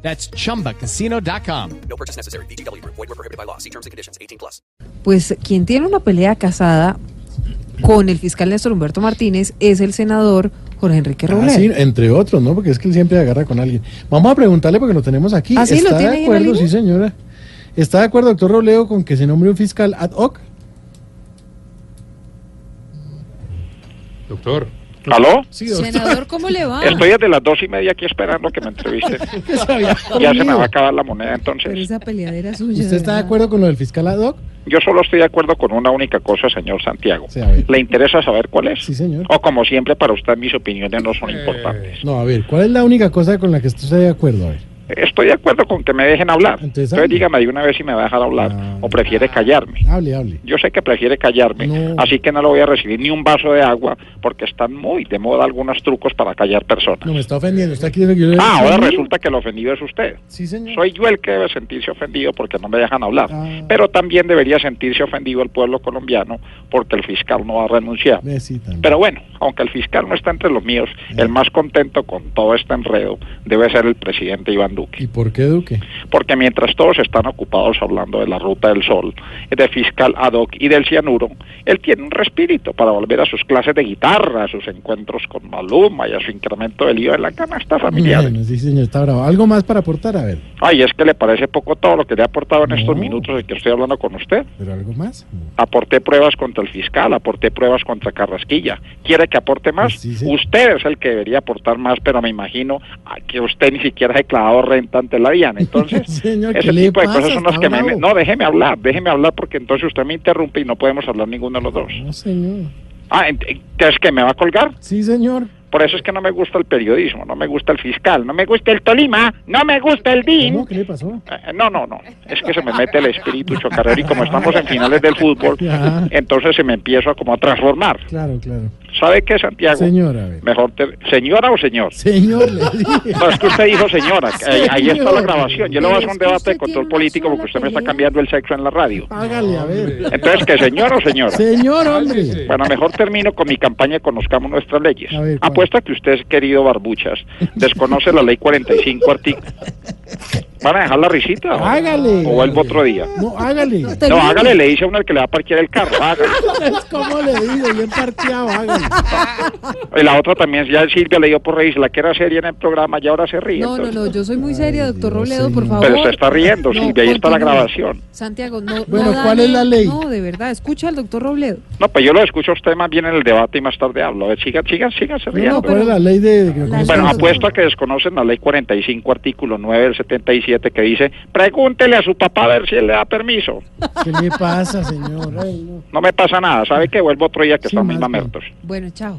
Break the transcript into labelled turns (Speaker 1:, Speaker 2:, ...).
Speaker 1: That's chumbacasino.com.
Speaker 2: No purchase necessary. BGW. Void were prohibited by law. See terms and conditions. 18 plus.
Speaker 3: Pues quien tiene una pelea casada con el fiscal Néstor Humberto Martínez es el senador Jorge Enrique
Speaker 4: Ah,
Speaker 3: Robledo.
Speaker 4: sí, entre otros, ¿no? Porque es que él siempre agarra con alguien. Vamos a preguntarle porque lo tenemos aquí.
Speaker 3: ¿Ah, sí? ¿Lo
Speaker 4: ¿Está
Speaker 3: tiene ahí
Speaker 4: de
Speaker 3: en la
Speaker 4: acuerdo,
Speaker 3: línea?
Speaker 4: sí, señora? ¿Está de acuerdo, doctor Robledo, con que se nombre un fiscal ad hoc?
Speaker 5: Doctor,
Speaker 6: ¿Aló?
Speaker 4: Sí,
Speaker 3: Senador, ¿cómo le va?
Speaker 6: Estoy desde las dos y media aquí esperando que me entrevisten.
Speaker 4: Se había
Speaker 6: Ya se me
Speaker 4: dormido.
Speaker 6: va a acabar la moneda
Speaker 3: Por
Speaker 6: entonces.
Speaker 3: esa peleadera suya.
Speaker 4: ¿Usted está de
Speaker 3: ¿verdad?
Speaker 4: acuerdo con lo del fiscal ad hoc?
Speaker 6: Yo solo estoy de acuerdo con una única cosa, señor Santiago.
Speaker 4: Sí, a ver.
Speaker 6: ¿Le interesa saber cuál es?
Speaker 4: Sí, señor.
Speaker 6: O como siempre, para usted mis opiniones no son importantes.
Speaker 4: No, a ver, ¿cuál es la única cosa con la que usted está de acuerdo? A ver.
Speaker 6: Estoy de acuerdo con que me dejen hablar.
Speaker 4: Entonces,
Speaker 6: Entonces
Speaker 4: hable.
Speaker 6: dígame de una vez si me va a dejar hablar
Speaker 4: Ah.
Speaker 6: o prefiere callarme.
Speaker 4: Hable, hable.
Speaker 6: Yo sé que prefiere callarme,
Speaker 4: No.
Speaker 6: así que no le voy a recibir ni un vaso de agua porque están muy de moda algunos trucos para callar personas.
Speaker 4: No, me está ofendiendo. ¿Usted quiere que yo le...
Speaker 6: Ah, ahora resulta que el ofendido es usted.
Speaker 4: Sí, señor.
Speaker 6: Soy yo el que debe sentirse ofendido porque no me dejan hablar.
Speaker 4: Ah.
Speaker 6: Pero también debería sentirse ofendido el pueblo colombiano porque el fiscal no ha renunciado.
Speaker 4: Eh, sí, también.
Speaker 6: Pero bueno, aunque el fiscal no está entre los míos, el más contento con todo este enredo debe ser el presidente Iván Duque.
Speaker 4: ¿Y por qué, Duque?
Speaker 6: Porque mientras todos están ocupados hablando de la ruta del sol, de fiscal ad hoc y del cianuro, él tiene un respirito para volver a sus clases de guitarra, a sus encuentros con Maluma y a su incremento del lío en la canasta familiar.
Speaker 4: Bueno, sí, señor, está bravo. ¿Algo más para aportar? A ver.
Speaker 6: Ay, es que le parece poco todo lo que le he aportado en estos
Speaker 4: No.
Speaker 6: minutos de que estoy hablando con usted.
Speaker 4: ¿Pero algo más? No.
Speaker 6: Aporté pruebas contra el fiscal, aporté pruebas contra Carrasquilla. ¿Quiere que aporte más?
Speaker 4: Pues sí, sí.
Speaker 6: Usted es el que debería aportar más, pero me imagino a que usted ni siquiera ha declarado renta ante la DIAN. Entonces,
Speaker 4: Señor, ¿qué
Speaker 6: ese
Speaker 4: le
Speaker 6: tipo de
Speaker 4: pasa?
Speaker 6: cosas son las
Speaker 4: Está
Speaker 6: que me...
Speaker 4: bravo.
Speaker 6: No, déjeme hablar, déjeme hablar porque entonces usted me interrumpe y no podemos hablar ninguno de los dos.
Speaker 4: No, señor.
Speaker 6: Ah, ent- entonces que me va a colgar.
Speaker 4: Sí, señor.
Speaker 6: Por eso es que no me gusta el periodismo, no me gusta el fiscal, no me gusta el Tolima, no me gusta el DIN.
Speaker 4: ¿Cómo? ¿Qué le pasó?
Speaker 6: Eh, No, no, no. Es que se me mete el espíritu chocarero y como estamos en finales del fútbol,
Speaker 4: Ajá.
Speaker 6: entonces se me empiezo a como a transformar.
Speaker 4: Claro, claro.
Speaker 6: ¿Sabe qué, Santiago?
Speaker 4: Señora, a ver.
Speaker 6: Mejor te- señora o señor.
Speaker 4: Señor, le dije.
Speaker 6: No, es que usted dijo señora. que ahí- Ahí está la
Speaker 4: Señor.
Speaker 6: grabación. Yo le voy a hacer
Speaker 3: Pero es
Speaker 6: un
Speaker 3: que
Speaker 6: debate de
Speaker 3: usted
Speaker 6: control
Speaker 3: tiene una
Speaker 6: político
Speaker 3: sola
Speaker 6: porque usted me está
Speaker 3: pelea.
Speaker 6: cambiando el sexo en la radio.
Speaker 4: Hágale, a ver.
Speaker 6: Entonces, ¿qué, señor o señora?
Speaker 4: Señor, hombre.
Speaker 5: Cálmese.
Speaker 6: Bueno, mejor termino con mi campaña de Conozcamos Nuestras Leyes.
Speaker 4: A ver, ¿cuál?
Speaker 6: Apuesta que usted, querido Barbuchas, desconoce la ley 45 artículos. ¿Van a dejar la risita? o-
Speaker 4: Hágale.
Speaker 6: ¿O vuelvo otro día?
Speaker 4: No, hágale.
Speaker 3: Termine.
Speaker 6: No, hágale, le dice a uno al que le va a parquear el carro. hágale.
Speaker 4: ¿Cómo le digo? Bien parqueado, hágale.
Speaker 6: Y la otra también, ya Silvia le dio por reírse, la que era seria en el programa y ahora se ríe.
Speaker 3: No, no,
Speaker 6: entonces.
Speaker 3: no, yo soy muy seria,
Speaker 4: Ay,
Speaker 3: doctor
Speaker 4: Dios,
Speaker 3: Robledo,
Speaker 4: señor.
Speaker 3: por favor.
Speaker 6: Pero se está riendo, Silvia, ahí está la
Speaker 3: continúe.
Speaker 6: grabación.
Speaker 3: Santiago, no.
Speaker 4: Bueno,
Speaker 3: no
Speaker 4: ¿cuál
Speaker 3: dale-
Speaker 4: es la ley?
Speaker 3: No, de verdad, escucha al doctor Robledo.
Speaker 6: No, pues yo lo escucho a usted más bien en el debate y más tarde hablo. A ver, sigan, sigan, sigan se
Speaker 4: No,
Speaker 6: riendo.
Speaker 4: ¿Cuál es la ley de.? de-
Speaker 3: Bueno,
Speaker 6: pues. Bueno,
Speaker 3: Eso es
Speaker 6: apuesto a que desconocen la ley 45, artículo 9 del 77, que dice, pregúntele a su papá a ver si él le da permiso.
Speaker 4: ¿Qué le pasa, señor? Ay, no.
Speaker 6: No me pasa nada, ¿sabe que Vuelvo otro día que
Speaker 4: Sí,
Speaker 6: están muy
Speaker 4: más bien.
Speaker 6: mamertos.
Speaker 3: Bueno, chao.